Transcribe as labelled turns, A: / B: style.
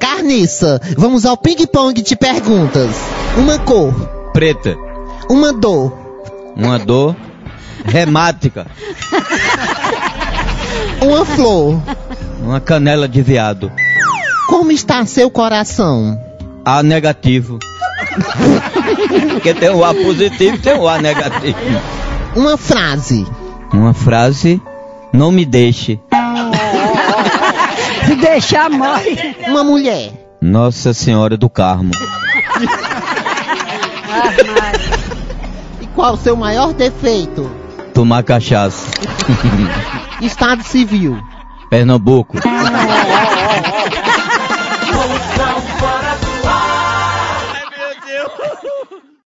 A: Vanessa, vamos ao ping-pong de perguntas. Uma cor,
B: Preta.
A: uma dor,
B: Uma dor remática.
A: uma flor.
B: Uma canela de viado.
A: Como está seu coração?
B: A negativo. Porque tem o A positivo e tem o A negativo.
A: Uma frase.
B: Uma frase. Não me deixe.
C: Se deixar morre.
A: Uma mulher.
B: Nossa Senhora do Carmo.
A: E qual o seu maior defeito?
B: Tomar cachaça.
A: Estado civil.
B: Pernambuco.
D: Moção